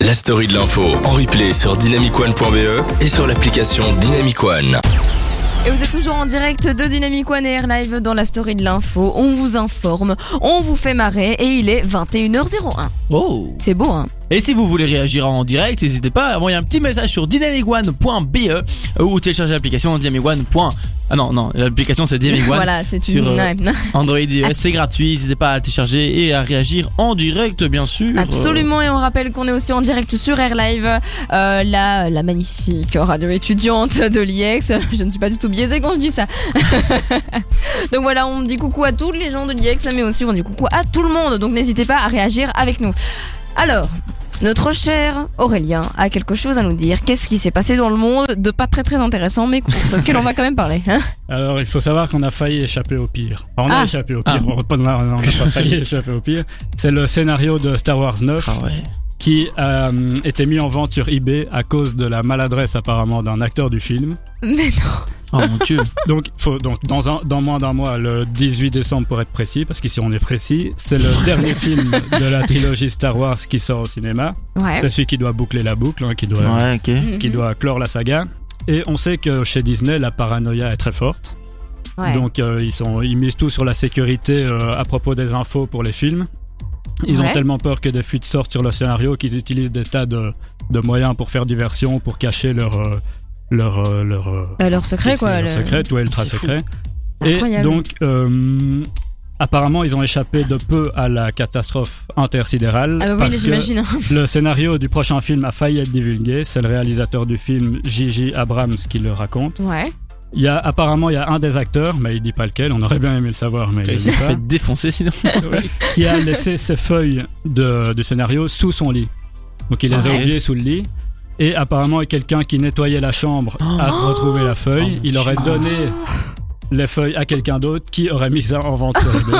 la story de l'info en replay sur dynamicone.be E et sur l'application Dynamicone. Et vous êtes toujours en direct de Dynamic One Air Live dans la story de l'info. On vous informe, on vous fait marrer et il est 21h01. Oh C'est beau, hein Et si vous voulez réagir en direct, n'hésitez pas à envoyer un petit message sur dynamicone.be E ou télécharger l'application dynamicone. Ah non, non, l'application c'est Dynamic One. Voilà, c'est une. sur, euh, ouais. Android et iOS, c'est gratuit, n'hésitez pas à télécharger et à réagir en direct bien sûr. Mmh. Absolument, et on rappelle qu'on est aussi en direct sur Air Live, euh, la, la magnifique radio étudiante de l'IEX. Je ne suis pas du tout biaisée quand je dis ça. Donc voilà, on dit coucou à tous les gens de l'IEX, mais aussi on dit coucou à tout le monde. Donc n'hésitez pas à réagir avec nous. Alors. Notre cher Aurélien a quelque chose à nous dire. Qu'est-ce qui s'est passé dans le monde de pas très très intéressant, mais auquel on va quand même parler hein Alors, il faut savoir qu'on a failli échapper au pire. Enfin, on a Ah. échappé au Ah. pire. On pas- On a on a pas failli échapper au pire. C'est le scénario de Star Wars 9 Ah ouais. qui a euh, été mis en vente sur eBay à cause de la maladresse apparemment d'un acteur du film. Mais non. Oh mon dieu. Donc, faut, donc dans, un, dans moins d'un mois, le 18 décembre pour être précis, parce qu'ici on est précis, c'est le dernier film de la trilogie Star Wars qui sort au cinéma. Ouais. C'est celui qui doit boucler la boucle, hein, qui, doit, Ouais, ok. Mm. Mhm. qui doit clore la saga. Et on sait que chez Disney, la paranoïa est très forte. Ouais. Donc euh, ils, sont, ils misent tout sur la sécurité euh, à propos des infos pour les films. Ils Ouais. ont tellement peur que des fuites sortent sur le scénario qu'ils utilisent des tas de, de moyens pour faire diversion, pour cacher leur... euh, leur, euh, leur, euh, Euh, leur secret, quoi. leur le- secret, ouais, ultra C'est fou. secret. Et Incroyable. donc, euh, apparemment, ils ont échappé de peu à la catastrophe intersidérale. Ah bah oui, parce que j'imagine. le scénario du prochain film a failli être divulgué. C'est le réalisateur du film, Gigi Abrams, qui le raconte. Ouais. Il y a, apparemment, il y a un des acteurs, mais il dit pas lequel, on aurait bien aimé le savoir, mais il Il le dit s'est pas, fait défoncer sinon. qui a laissé ses feuilles de, du scénario sous son lit. Donc il les a Ok. oubliées sous le lit. Et apparemment, quelqu'un qui nettoyait la chambre a Oh. retrouvé la feuille. Oh, il aurait putain. donné les feuilles à quelqu'un d'autre qui aurait mis ça en vente sur eBay.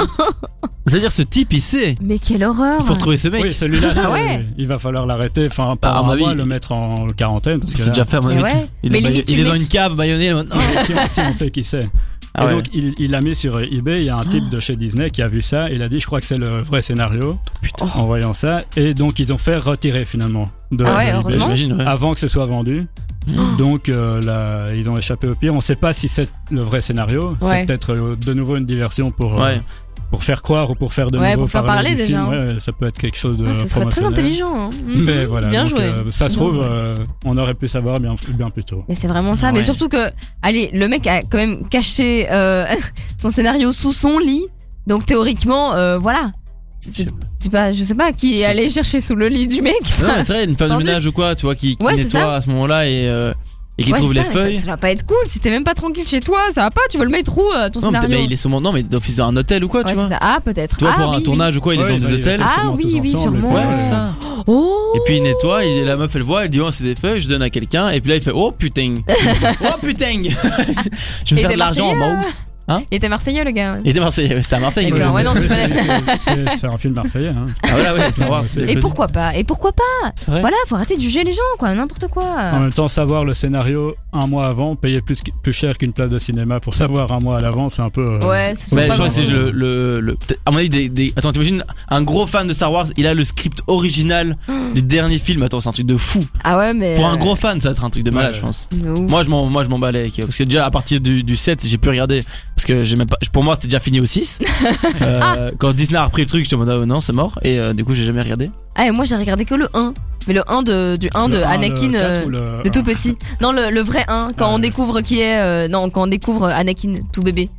C'est-à-dire ce type il sait. Mais quelle horreur Il faut retrouver ce mec. oui, celui-là, c'est- ouais. il va falloir l'arrêter. Enfin, Ah Bah, à pas mon un mois, avis, le il- mettre en quarantaine. Parce que C'est là, déjà fait à mon Mais avis. ouais. Il, Mais est, ba- limite, il tu est mets- Ah dans une cave baïonnée. maintenant. si, on- si on sait qui c'est. Ah et ouais. donc il il l'a mis sur eBay, il y a un type de chez Disney qui a vu ça, il a dit je crois que c'est le vrai scénario Putain. en voyant ça, et donc ils ont fait retirer finalement de, Ah ouais, de eBay, Bah, heureusement. J'imagine, ouais. avant que ce soit vendu. Mm. Donc euh, là, ils ont échappé au pire, on sait pas si c'est le vrai scénario, Ouais. c'est peut-être euh, de nouveau une diversion pour, euh, Ouais. pour faire croire ou pour faire de Ouais, nouveau pour faire parler du déjà, film. Ouais, ça peut être quelque chose de... Ah, Ce serait très promotionnel. intelligent. hein. Mhm. Mais voilà, Bien donc, joué. euh, ça se Bien trouve, joué. euh, on aurait pu savoir bien, bien plus tôt. Mais c'est vraiment ça. Mais Ouais. surtout que, allez, le mec a quand même caché euh, son scénario sous son lit. Donc théoriquement, euh, voilà. C'est c'est pas, je sais pas, qui est allé chercher sous le lit du mec. Non, mais c'est vrai, une femme de Tendu. ménage ou quoi, tu vois, qui, qui Ouais, c'est nettoie à ce moment-là et, euh, et qui Ouais, trouve c'est les ça, mais feuilles. Ça, ça va pas être cool. Si t'es même pas tranquille chez toi, ça va pas. Tu veux le mettre où euh, ton non, mais, scénario mais il est sûrement. Non, mais d'office dans un hôtel ou quoi, Ouais, tu c'est vois. ça. Ah, peut-être. Tu vois, ah, pour oui, un oui. tournage ou quoi, il Ouais, est dans ils des arrivent hôtels. tous Ah ensemble, oui, tous oui, ensemble, et sûrement. puis, Ouais, Ouais. c'est ça. Oh Et puis il nettoie, il, la meuf elle voit, elle dit oh c'est des feuilles, je donne à quelqu'un, et puis là il fait oh putain, oh putain, je, je vais Et me faire t'es de l'argent en Marseillais, hein mouse. Il était marseillais, le gars. Il était à Marseille, c'est à Marseille. Et il ben, faisait ouais, non, ça. tu connais. C'est- c'est c'est un film marseillais. Hein. Ah voilà, ouais, c'est voir, c'est Et pourquoi pas Et pourquoi pas C'est vrai. Voilà, faut arrêter de juger les gens, quoi. N'importe En quoi. même temps, savoir le scénario un mois avant, payer plus, plus cher qu'une place de cinéma pour savoir un mois à l'avance, c'est un peu. euh, Ouais, ce sont Mais pas je crois que c'est vraiment- le, le, le- peut-être- à mon avis des, des- attends t'imagines un gros fan de Star Wars, il a le script original du dernier film, attends c'est un truc de fou. Ah ouais, mais. Pour un gros fan ça va être un truc de malade Ouais. je pense. de ouf. Moi je m'en moi je m'en balais avec, parce que déjà à partir du, du 7 j'ai pu regarder parce que j'ai même pas pour moi c'était déjà fini au 6. Euh, quand Disney a repris le truc, je me suis dit non, c'est mort et euh, du coup j'ai jamais regardé. Ah, et moi j'ai regardé que le 1. Mais le 1 de, du 1 de un, Anakin. le euh, quatre ou le... le, tout petit. Non, le, le vrai 1, quand Ah, on ouais. découvre qui est. euh, non, quand on découvre Anakin, tout bébé.